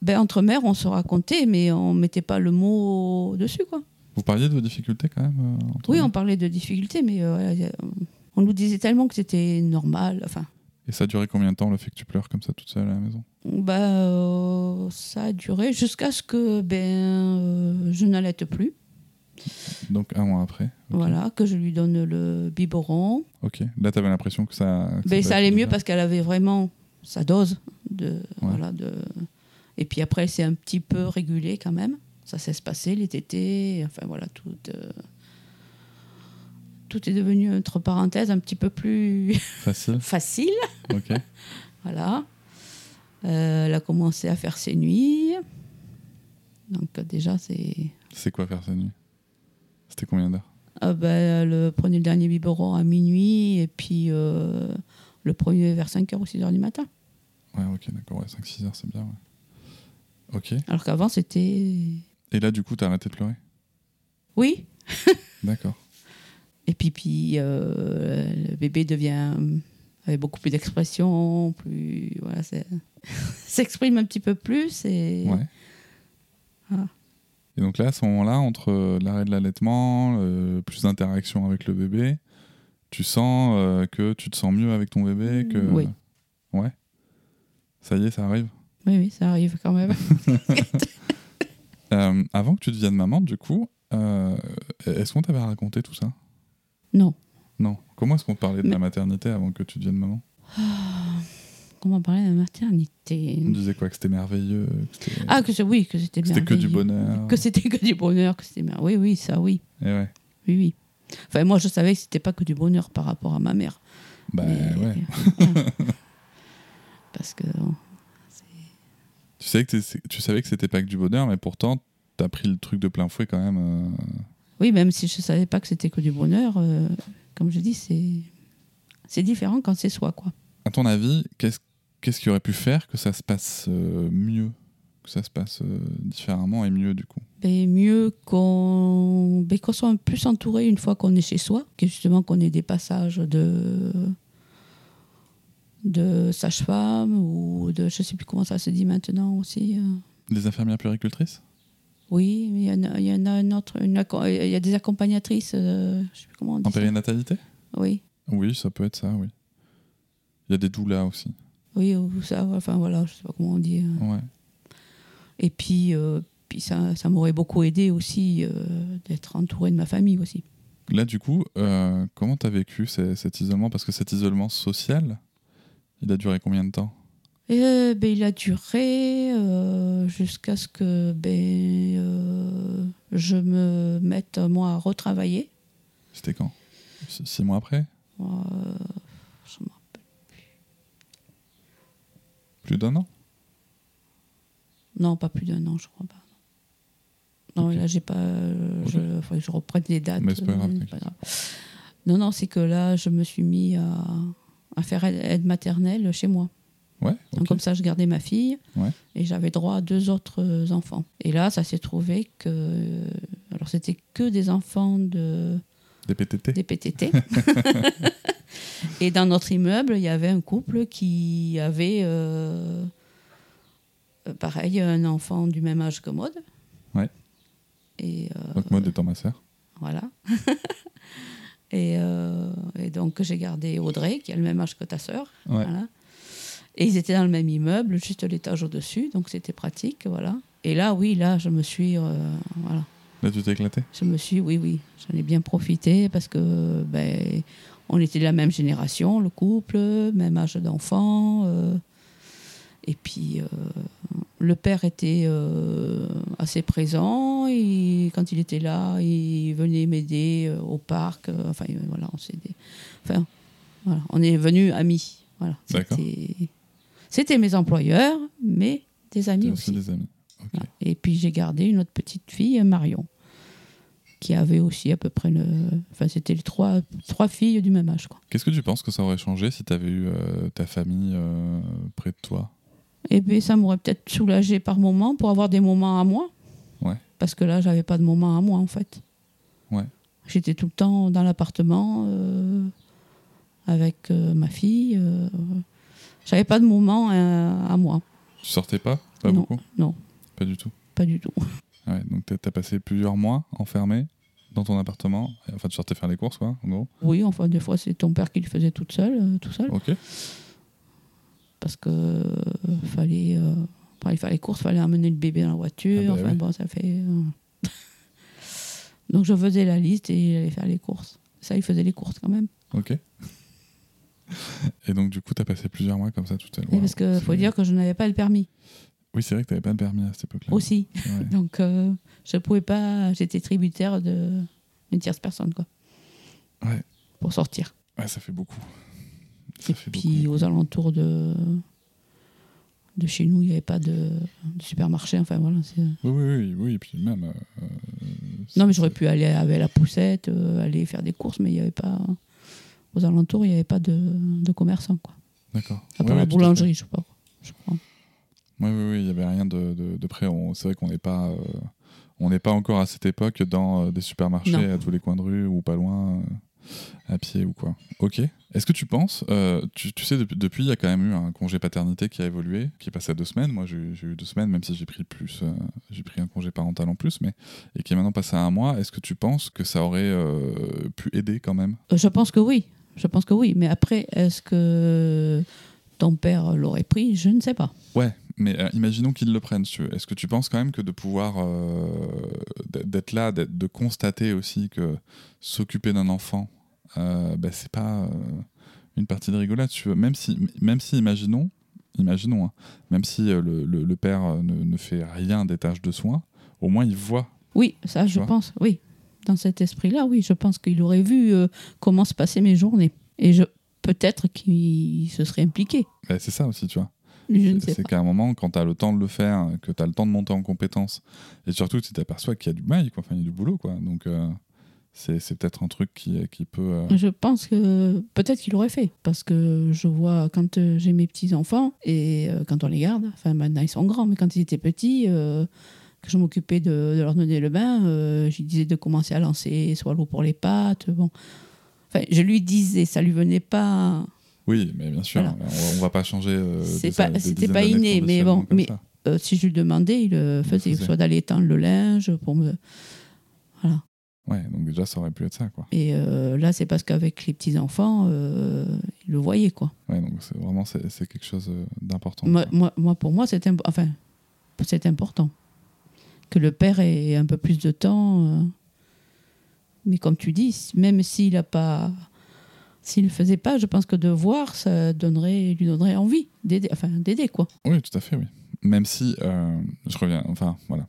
S2: Ben, entre mères, on se racontait, mais on mettait pas le mot dessus. quoi.
S3: Vous parliez de vos difficultés quand même euh, entre
S2: Oui,
S3: mères
S2: on parlait de difficultés, mais euh, voilà, y a- on nous disait tellement que c'était normal. Enfin,
S3: Et ça a duré combien de temps le fait que tu pleures comme ça toute seule à la maison
S2: bah, euh, ça a duré jusqu'à ce que ben, euh, je n'allaite plus.
S3: Donc un mois après. Ok.
S2: Voilà, que je lui donne le biberon.
S3: Ok. Là, tu avais l'impression que ça.
S2: Ben,
S3: que va hein.
S2: ça
S3: être
S2: allait mieux
S3: bizarre.
S2: parce qu'elle avait vraiment sa dose de voilà de et puis après elle s'est un petit peu régulée quand même. Ça s'est passé les tétés, enfin voilà tout. euh, Tout est devenu entre parenthèses un petit peu plus
S3: Facile.
S2: facile,
S3: Ok.
S2: voilà. Euh, elle a commencé à faire ses nuits. Donc euh, déjà, c'est...
S3: C'est quoi faire sa nuit C'était combien d'heures
S2: Ah ben, elle euh, prenait le dernier biberon à minuit et puis euh, le premier vers 5h ou 6h du matin.
S3: Ouais, ok, d'accord, ouais, 5-6 heures, c'est bien, ouais. Ok.
S2: Alors qu'avant, c'était...
S3: Et là, du coup, t'as arrêté de pleurer
S2: Oui,
S3: D'accord.
S2: Et puis, puis euh, le bébé devient avec beaucoup plus d'expression, plus voilà, c'est- s'exprime un petit peu plus et Ah.
S3: Ouais.
S2: Voilà.
S3: Et donc là, à ce moment-là, entre euh, l'arrêt de l'allaitement, euh, plus d'interaction avec le bébé, tu sens euh, que tu te sens mieux avec ton bébé que...
S2: Mmh, Oui.
S3: Ouais. Ça y est, ça arrive.
S2: oui, oui, ça arrive quand même.
S3: Euh, avant que tu deviennes maman, du coup, euh, est-ce qu'on t'avait raconté tout ça
S2: non,
S3: Non. Comment est-ce qu'on te parlait de
S2: Mais-
S3: la maternité avant que tu deviennes maman
S2: comment parler de la maternité
S3: On disait quoi Que c'était merveilleux que c'était-
S2: Ah que c'est- oui, que c'était
S3: que
S2: bien.
S3: c'était que du bonheur.
S2: Que c'était que du bonheur, que c'était bien. Oui, oui, ça, oui,
S3: Et Eh ouais.
S2: oui, oui. Enfin, moi, je savais que c'était pas que du bonheur par rapport à ma mère.
S3: Bah
S2: Mais- euh,
S3: ouais.
S2: voilà. Parce que
S3: Tu savais que t'es- c'est- tu savais que c'était pas que du bonheur, mais pourtant t'as pris le truc de plein fouet quand même. euh,
S2: Oui, même si je ne savais pas que c'était que du bonheur, euh, comme je dis, c'est c'est différent quand c'est soi, quoi.
S3: À ton avis, qu'est-ce qu'est-ce qui aurait pu faire que ça se passe euh, mieux, que ça se passe euh, différemment et mieux du coup
S2: Mais mieux qu'on ben, qu'on soit plus entouré une fois qu'on est chez soi, que justement qu'on ait des passages de de sage-femme ou de je sais plus comment ça se dit maintenant aussi. euh.
S3: Les infirmières puéricultrices
S2: Oui, mais il y en a- il y, en a une autre, une acco- il y a des accompagnatrices, euh, je sais plus comment on dit.
S3: en
S2: ça.
S3: périnatalité
S2: Oui,
S3: Oui, ça peut être ça, oui. Il y a des doulas aussi.
S2: oui, ou ça, enfin voilà, je sais pas comment on dit. euh.
S3: Ouais.
S2: Et puis, euh, puis ça, ça m'aurait beaucoup aidé aussi euh, d'être entourée de ma famille aussi.
S3: Là, du coup, euh, comment t'as vécu ces- cet isolement Parce que cet isolement social, il a duré combien de temps
S2: Et, euh, ben, il a duré euh, jusqu'à ce que ben, euh, je me mette moi à retravailler.
S3: C'était quand S- Six mois après
S2: Euh, je me rappelle-
S3: Plus d'un an
S2: non, pas plus d'un an, je crois pas. Non,
S3: Ok.
S2: là, j'ai pas. euh,
S3: Ok.
S2: Je, faudrait que je reprenne les dates.
S3: Mais c'est pas
S2: euh,
S3: grave,
S2: pas Non, non, c'est que là, je me suis mis à, à faire aide- aide maternelle chez moi.
S3: Ouais,
S2: Donc,
S3: ok.
S2: comme ça, je gardais ma fille
S3: Ouais.
S2: et j'avais droit à deux autres euh, enfants. Et là, ça s'est trouvé que. euh, Alors, c'était que des enfants de,
S3: Des PTT
S2: des PTT. et dans notre immeuble, il y avait un couple qui avait, euh, euh, pareil, un enfant du même âge que Maud.
S3: Ouais.
S2: Et euh,
S3: Donc, Maud étant ma sœur.
S2: voilà. et, euh, et donc, j'ai gardé Audrey, qui a le même âge que ta sœur.
S3: Ouais.
S2: Voilà. Et ils étaient dans le même immeuble, juste l'étage au-dessus, donc c'était pratique, voilà. Et là, oui, là, je me suis, euh, voilà,
S3: Là, tu t'es éclaté
S2: je me suis, oui, oui, j'en ai bien profité parce que, ben, on était de la même génération, le couple, même âge d'enfant, euh, et puis euh, le père était euh, assez présent. Et quand il était là, il venait m'aider euh, au parc. euh, enfin, euh, voilà, on s'est, aidé. enfin, voilà, on est venus amis. Voilà,
S3: D'accord.
S2: c'était- c'était mes employeurs, mais des amis
S3: T'as
S2: aussi.
S3: aussi des amis. Ok.
S2: Voilà. Et puis j'ai gardé une autre petite fille, Marion, qui avait aussi à peu près le. Enfin, c'était les trois, trois filles du même âge. Quoi.
S3: Qu'est-ce que tu penses que ça aurait changé si t'avais eu euh, ta famille euh, près de toi
S2: Et puis ça m'aurait peut-être soulagée par moment pour avoir des moments à moi.
S3: Ouais.
S2: Parce que là, j'avais pas de moment à moi en fait.
S3: Ouais.
S2: J'étais tout le temps dans l'appartement euh, avec euh, ma fille. euh, j'avais pas de moment euh, à moi.
S3: Tu sortais pas Pas
S2: Non.
S3: beaucoup
S2: Non,
S3: Pas du tout.
S2: pas du tout.
S3: Ouais, donc t'as t'as passé plusieurs mois enfermé dans ton appartement. Enfin, tu sortais faire les courses, quoi, en gros.
S2: Oui, enfin, des fois, c'est ton père qui le faisait toute seule, euh, tout seul.
S3: Ok.
S2: parce que euh, fallait euh, pour aller faire les courses, fallait amener le bébé dans la voiture.
S3: Ah bah
S2: enfin
S3: oui.
S2: bon, ça fait. euh, Donc je faisais la liste et il allait faire les courses. Ça, il faisait les courses quand même.
S3: Ok. Et donc, du coup, t'as passé plusieurs mois comme ça tout à l'heure.
S2: Et parce que faut dire que je n'avais pas le permis
S3: Ah Oui, c'est vrai que t'avais pas de permis à cette époque-là.
S2: aussi.
S3: C'est vrai.
S2: Donc euh, je pouvais pas. J'étais tributaire de d'une tierce personne quoi.
S3: Ouais.
S2: Pour sortir.
S3: Ouais, ça fait beaucoup. Ça
S2: et
S3: fait
S2: puis euh,
S3: beaucoup.
S2: aux alentours de de chez nous, il n'y avait pas de, de supermarché. Enfin voilà. c'est-
S3: Oui, oui, oui, oui, et puis même. euh, euh,
S2: Non, mais j'aurais pu aller avec la poussette, euh, aller faire des courses, mais il n'y avait pas. Aux alentours, il n'y avait pas de, de commerçants, quoi.
S3: D'accord.
S2: À part
S3: Ouais,
S2: la
S3: ouais, tout à fait.
S2: boulangerie, je sais pas. Je crois.
S3: Oui, oui, oui, il n'y avait rien de, de, de près. On- C'est vrai qu'on n'est pas, euh, on n'est pas encore à cette époque dans euh, des supermarchés
S2: Non.
S3: à tous les coins de rue ou pas loin, euh, à pied ou quoi. Ok. Est-ce que tu penses, euh, tu, tu sais, depuis, depuis, il y a quand même eu un congé paternité qui a évolué, qui est passé à deux semaines. Moi, j'ai eu- j'ai eu deux semaines, même si j'ai pris plus, euh, j'ai pris un congé parental en plus, mais et qui est maintenant passé à un mois. Est-ce que tu penses que ça aurait euh, pu aider quand même
S2: Euh, Je pense que oui. Je pense que oui. Mais après, est-ce que ton père l'aurait pris Je ne sais pas.
S3: Ouais, mais euh, imaginons qu'ils le prennent, si tu veux. Est-ce que tu penses quand même que de pouvoir euh, d- d'être là, d'être- de constater aussi que s'occuper d'un enfant, euh, bah, c'est pas euh, une partie de rigolade, si tu veux. Même si, même si imaginons, imaginons, hein, même si euh, le, le- le père euh, ne, ne fait rien des tâches de soins, au moins il voit.
S2: Oui, ça,
S3: Tu
S2: je
S3: vois
S2: pense. Oui. Dans cet esprit-là, oui, je pense qu'il aurait vu euh, comment se passaient mes journées. Et je peut-être qu'il se serait impliqué.
S3: Bah, c'est ça aussi, tu vois.
S2: Je ne sais
S3: C'est
S2: pas.
S3: qu'à un moment, quand tu as le temps de le faire, que tu as le temps de monter en compétence, et surtout tu t'aperçois qu'il y a du mail, quoi, enfin il y a du boulot, quoi. Donc euh, c'est c'est peut-être un truc qui, qui peut. euh,
S2: Je pense que peut-être qu'il aurait fait, parce que je vois quand euh, j'ai mes petits-enfants et euh, quand on les garde, enfin maintenant ils sont grands, mais quand ils étaient petits, euh, que je m'occupais de, de leur donner le bain, euh, je lui disais de commencer à lancer soit l'eau pour les pattes, bon. Enfin, je lui disais, ça lui venait pas.
S3: Oui, mais bien sûr,
S2: Voilà.
S3: on, va, on va pas changer. euh,
S2: C'est
S3: des-
S2: pas-
S3: des
S2: c'était
S3: dizaines
S2: pas
S3: d'années de
S2: inné, mais bon,
S3: conditionnement comme
S2: mais-
S3: ça.
S2: Euh, si je lui demandais, il le faisait,
S3: faisait.
S2: soit d'aller étendre le linge pour me. Voilà.
S3: Ouais, donc déjà ça aurait pu être ça, quoi.
S2: Et euh, là, c'est parce qu'avec les petits-enfants, euh, il le voyait, quoi.
S3: Ouais, donc c'est vraiment c'est c'est quelque chose euh, d'important.
S2: Moi,
S3: quoi.
S2: moi, moi, pour moi, c'est imp- enfin, c'est important que le père ait un peu plus de temps. euh, Mais comme tu dis, même s'il a pas, s'il le faisait pas, je pense que de voir, ça donnerait, lui donnerait envie d'aider, enfin d'aider quoi.
S3: Oui, tout à fait, oui. Même si euh, je reviens, enfin voilà,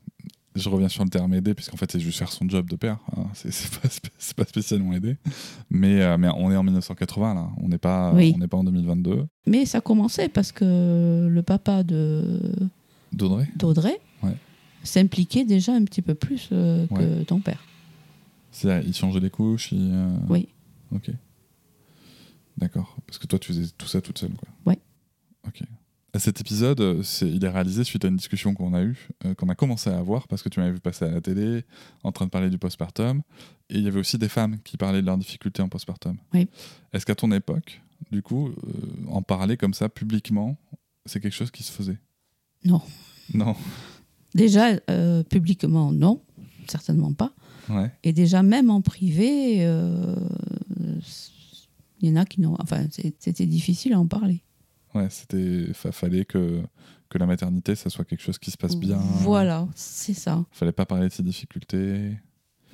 S3: je reviens sur le terme aider, puisqu'en fait c'est juste faire son job de père. hein. C'est c'est pas, spé- c'est pas spécialement aider, mais euh, mais on est en 1980 là, on n'est pas
S2: Oui.
S3: on n'est pas en 2022.
S2: Mais ça commençait parce que le papa de
S3: D'Audrey
S2: d'Audrey
S3: Ouais.
S2: s'impliquait déjà un petit peu plus euh, que
S3: Ouais.
S2: ton père.
S3: C'est-à-dire, il changeait les couches il, euh,
S2: Oui.
S3: Ok. D'accord. Parce que toi, tu faisais tout ça toute seule, quoi.
S2: Ouais.
S3: Ok. À Cet épisode, euh, c'est, il est réalisé suite à une discussion qu'on a eue, euh, qu'on a commencé à avoir, parce que tu m'avais vu passer à la télé, en train de parler du postpartum, et il y avait aussi des femmes qui parlaient de leurs difficultés en postpartum.
S2: Oui.
S3: Est-ce qu'à ton époque, du coup, euh, en parler comme ça publiquement, c'est quelque chose qui se faisait
S2: Non.
S3: Non.
S2: Déjà euh, publiquement, non, certainement pas.
S3: Ouais.
S2: Et déjà, même en privé, euh, il y en a qui n'ont. Enfin, c'est- c'était difficile à en parler.
S3: Ouais, c'était. fa- fallait que, que la maternité, ça soit quelque chose qui se passe bien.
S2: Voilà, c'est ça.
S3: Fallait pas parler de ses difficultés.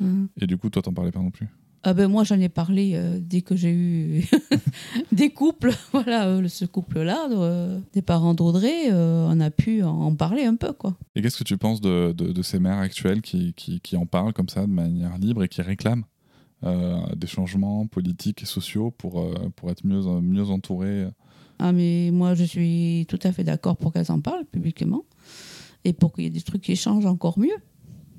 S2: Hein.
S3: Et du coup, toi, t'en parlais pas non plus.
S2: Ah ben moi, j'en ai parlé euh, dès que j'ai eu des couples. Voilà, euh, ce couple-là, euh, des parents d'Audrey, euh, on a pu en parler un peu, quoi.
S3: Et qu'est-ce que tu penses de, de- de ces mères actuelles qui, qui, qui en parlent comme ça de manière libre et qui réclament euh, des changements politiques et sociaux pour, euh, pour être mieux, mieux entourées
S2: Ah, mais moi, je suis tout à fait d'accord pour qu'elles en parlent publiquement et pour qu'il y ait des trucs qui changent encore mieux.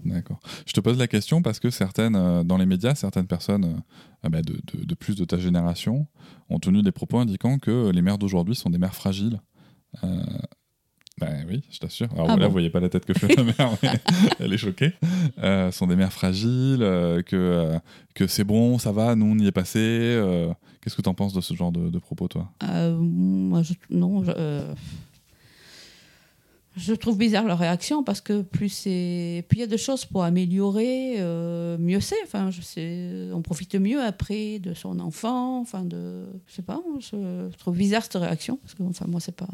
S3: D'accord. Je te pose la question parce que certaines, euh, dans les médias, certaines personnes euh, ah bah, de, de- de plus de ta génération ont tenu des propos indiquant que les mères d'aujourd'hui sont des mères fragiles. Euh, ben oui, je t'assure. Alors
S2: Ah
S3: voilà,
S2: bon
S3: vous voyez pas la tête que fait ma mère, mais elle est choquée. Euh, sont des mères fragiles, euh, que, euh, que c'est bon, ça va, nous on y est passé. euh, Qu'est-ce que t'en penses de ce genre de, de propos, toi
S2: Euh, moi, je, non, je, euh, je trouve bizarre leur réaction parce que plus c'est, plus il y a de choses pour améliorer, euh, mieux c'est. Enfin, je sais, on profite mieux après de son enfant. Enfin, de, je sais pas, moi, je, trouve bizarre cette réaction parce que, enfin, moi, c'est pas.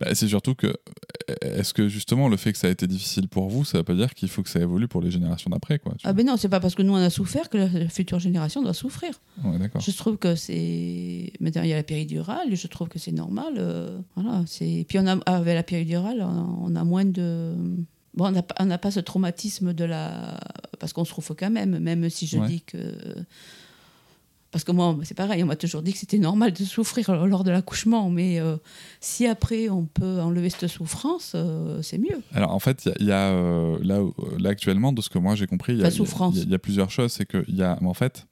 S3: Bah, C'est surtout que, euh, est-ce que justement le fait que ça a été difficile pour vous, ça veut pas dire qu'il faut que ça évolue pour les générations d'après, quoi tu
S2: Ah ben non, c'est pas parce que nous on a souffert que la future génération doit souffrir.
S3: vois Ouais, d'accord.
S2: Je trouve que c'est. Maintenant, il y a la péridurale, et je trouve que c'est normal. euh, voilà, c'est... Puis, on a, avec la péridurale, on a, on a moins de. Bon, on n'a pas- on n'a pas ce traumatisme de la. Parce qu'on se trouve quand même, même si je
S3: Ouais.
S2: dis que. Parce que moi, c'est pareil, on m'a toujours dit que c'était normal de souffrir lors de l'accouchement, mais euh, si après on peut enlever cette souffrance, euh, c'est mieux.
S3: Alors en fait, il y a, il y a, euh, là, où- là actuellement, de ce que moi j'ai compris, il y a-
S2: La
S3: il y a-
S2: souffrance.
S3: il y, a- il y a plusieurs choses. C'est que il y a, en fait,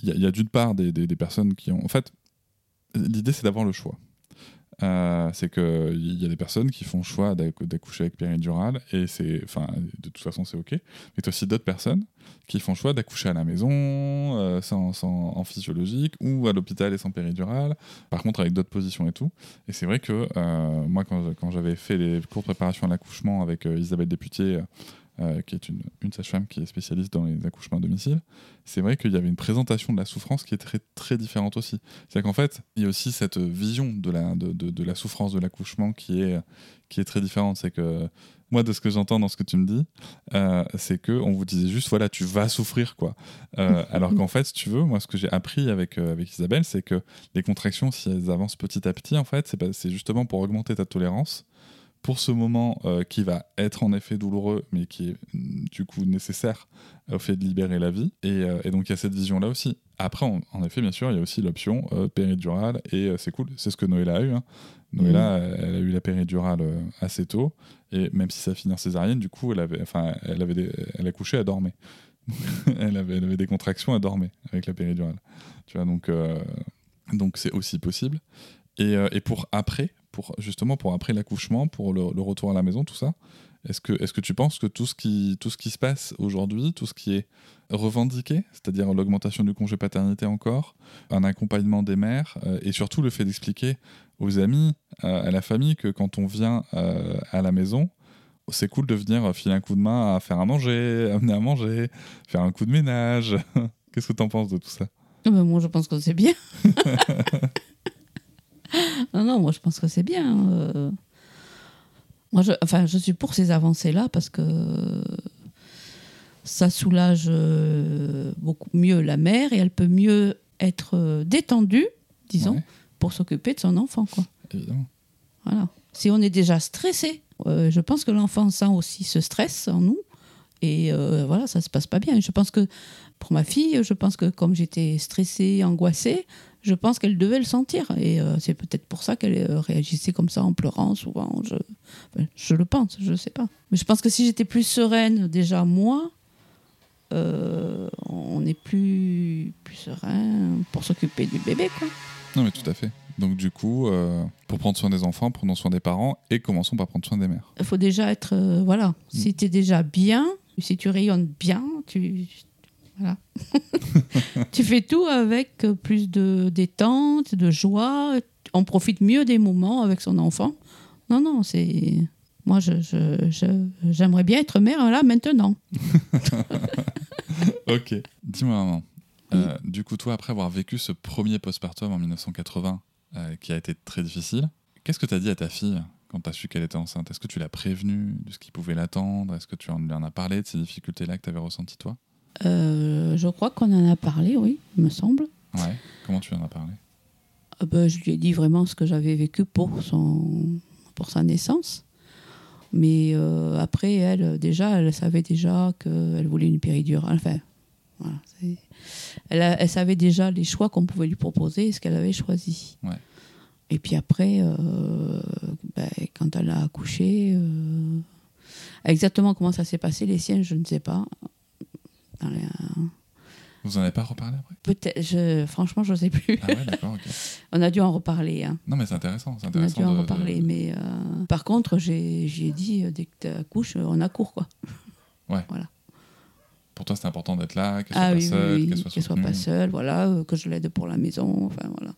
S3: il y a, il y a d'une part des, des- des personnes qui ont. En fait, l'idée c'est d'avoir le choix. Euh, c'est que il y a des personnes qui font le choix d'ac- d'accoucher avec péridurale et c'est, enfin, de toute façon c'est ok. Mais t'as aussi d'autres personnes qui font le choix d'accoucher à la maison, euh, sans, sans- en physiologique ou à l'hôpital et sans péridurale. Par contre, avec d'autres positions et tout. Et c'est vrai que euh, moi, quand, quand j'avais fait les cours de préparation à l'accouchement avec euh, Isabelle Députier, euh, euh, qui est une, une sage-femme qui est spécialiste dans les accouchements à domicile, c'est vrai qu'il y avait une présentation de la souffrance qui est très, très différente aussi. C'est-à-dire qu'en fait, il y a aussi cette vision de la, de, de- de la souffrance de l'accouchement qui est, qui est très différente. C'est que moi, de ce que j'entends dans ce que tu me dis, euh, c'est que on vous disait juste, voilà, tu vas souffrir, quoi. Euh, alors qu'en fait, si tu veux, moi, ce que j'ai appris avec, euh, avec Isabelle, c'est que les contractions, si elles avancent petit à petit, en fait, c'est pas- c'est justement pour augmenter ta tolérance pour ce moment euh, qui va être en effet douloureux, mais qui est mm, du coup nécessaire au fait de libérer la vie. Et, euh, et donc il y a cette vision-là aussi. Après, en- en effet, bien sûr, il y a aussi l'option euh, péridurale, et euh, c'est cool, c'est ce que Noëlla a eu. hein. Noëlla, elle, elle a eu la péridurale euh, assez tôt, et même si ça finit en césarienne, du coup, elle avait, enfin, elle avait, des- elle a couché, elle dormait. elle, avait, elle avait des contractions, elle dormait avec la péridurale. Tu vois, donc euh, donc c'est aussi possible. Et, euh, et pour après, pour justement pour après l'accouchement, pour le, le retour à la maison, tout ça, est-ce que, est que tu penses que tout ce qui, tout ce qui se passe aujourd'hui, tout ce qui est revendiqué, c'est-à-dire l'augmentation du congé paternité encore, un accompagnement des mères, euh, et surtout le fait d'expliquer aux amis, euh, à la famille, que quand on vient euh, à la maison, c'est cool de venir filer un coup de main à faire à manger, amener à manger, faire un coup de ménage. Qu'est-ce que t'en penses de tout ça
S2: Ah ben, moi, je pense que c'est bien. non, non, moi, je pense que c'est bien. euh. Moi, je, enfin, je suis pour ces avancées-là parce que ça soulage euh, beaucoup mieux la mère et elle peut mieux être euh, détendue, disons,
S3: Ouais,
S2: pour s'occuper de son enfant. Quoi.
S3: évidemment.
S2: Voilà. Si on est déjà stressé, euh, je pense que l'enfant sent aussi ce stress en nous. Et euh, voilà, ça se passe pas bien. Je pense que pour ma fille, je pense que comme j'étais stressée, angoissée, je pense qu'elle devait le sentir. Et euh, c'est peut-être pour ça qu'elle euh, réagissait comme ça en pleurant souvent. Je, enfin, je le pense, je sais pas. Mais je pense que si j'étais plus sereine déjà moi, euh, on est plus, plus serein pour s'occuper du bébé. Quoi.
S3: Non, mais tout à fait. Donc, du coup, euh, pour prendre soin des enfants, prenons soin des parents et commençons par prendre soin des mères.
S2: il faut déjà être. euh, voilà. Si tu es déjà bien, si tu rayonnes bien, tu. Voilà. tu fais tout avec euh, plus de détente, de joie. On profite mieux des moments avec son enfant. Non, non, c'est. Moi, je, je- je- j'aimerais bien être mère là maintenant.
S3: Ok. Dis-moi, maman. euh, du coup, toi, après avoir vécu ce premier postpartum en 1980, euh, qui a été très difficile, qu'est-ce que t'as dit à ta fille quand t'as su qu'elle était enceinte Est-ce que tu l'as prévenue de ce qui pouvait l'attendre Est-ce que tu en lui en as parlé de ces difficultés-là que t'avais ressenties, toi
S2: Euh, je crois qu'on en a parlé, oui, il me semble.
S3: Ouais. Comment tu en as parlé
S2: Ah ben, je lui ai dit vraiment ce que j'avais vécu pour, son, pour sa naissance. Mais euh, après, elle, euh, déjà, elle savait déjà qu'elle voulait une péridurale. Enfin, voilà. c'est- Elle, a- elle savait déjà les choix qu'on pouvait lui proposer et ce qu'elle avait choisi.
S3: Ouais.
S2: Et puis après, euh, ben, quand elle a accouché, euh, exactement comment ça s'est passé, les siennes, je ne sais pas. Dans les-
S3: Vous en avez pas reparlé après
S2: Peut-être, je- franchement, je ne sais plus.
S3: Ah ouais, d'accord, ok.
S2: On a dû en reparler. hein.
S3: Non, mais c'est intéressant. C'est
S2: On a
S3: intéressant
S2: dû en
S3: de- de-
S2: reparler, mais euh, par contre, j'ai j'ai dit euh, dès que tu accouches, euh, on accourt quoi.
S3: Pour toi, c'est important d'être là, qu'elle soit
S2: ah
S3: pas
S2: oui, oui,
S3: seule,
S2: oui,
S3: qu'elle soit, soutenue.
S2: pas seule, voilà, euh, que je l'aide pour la maison, enfin voilà.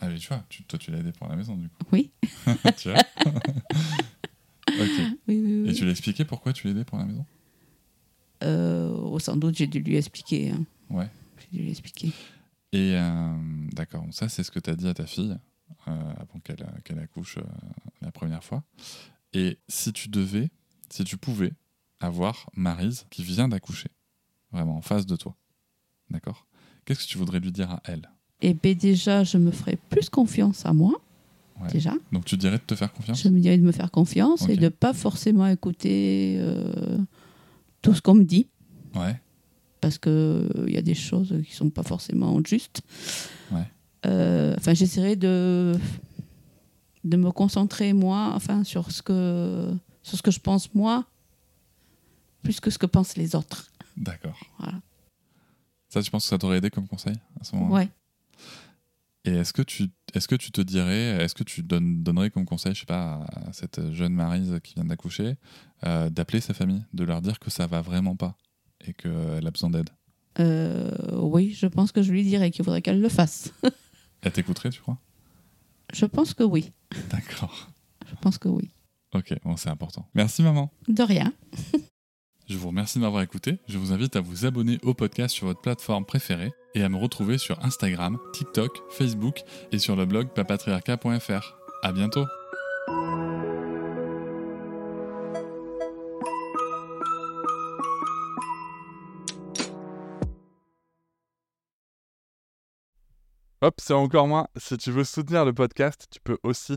S3: Ah mais tu vois, tu- toi tu l'as aidé pour la maison du coup.
S2: Oui,
S3: tu vois Ok.
S2: oui, oui. oui.
S3: Et tu l'as expliqué pourquoi tu l'as aidé pour la maison
S2: Euh, oh, sans doute, j'ai dû lui expliquer. hein.
S3: Ouais.
S2: J'ai dû lui expliquer.
S3: Et euh, d'accord, donc ça c'est ce que tu as dit à ta fille euh, avant qu'elle euh, qu'elle accouche euh, la première fois. Et si tu devais, si tu pouvais avoir Marise qui vient d'accoucher, vraiment en face de toi, d'accord Qu'est-ce que tu voudrais lui dire à elle
S2: Et ben déjà, je me ferai plus confiance à moi,
S3: Ouais.
S2: déjà.
S3: Donc tu dirais de te faire confiance
S2: Je me dirais de me faire confiance et
S3: Ok.
S2: de pas forcément écouter euh, tout ce qu'on me dit.
S3: Ouais,
S2: parce qu'il y a des choses qui ne sont pas forcément justes.
S3: Ouais.
S2: Euh, enfin, j'essaierai de, de me concentrer, moi, enfin, sur ce, que, sur ce que je pense, moi, plus que ce que pensent les autres.
S3: D'accord.
S2: Voilà.
S3: Ça, tu penses que ça t'aurait aidé comme conseil à ce moment
S2: Ouais.
S3: Et est-ce que tu est-ce que tu te dirais, est-ce que tu donnes- donnerais comme conseil, je sais pas, à cette jeune Marise qui vient d'accoucher, euh, d'appeler sa famille, de leur dire que ça va vraiment pas et qu'elle a besoin d'aide
S2: Euh, oui, je pense que je lui dirais qu'il faudrait qu'elle le fasse.
S3: Elle t'écouterait, tu crois
S2: je pense que oui.
S3: D'accord.
S2: Je pense que oui.
S3: Ok, bon, c'est important. Merci maman.
S2: De rien.
S3: Je vous remercie de m'avoir écouté. Je vous invite à vous abonner au podcast sur votre plateforme préférée et à me retrouver sur Instagram, TikTok, Facebook et sur le blog papatriarca.fr. À bientôt.
S1: Hop, c'est encore moins. Si tu veux soutenir le podcast, tu peux aussi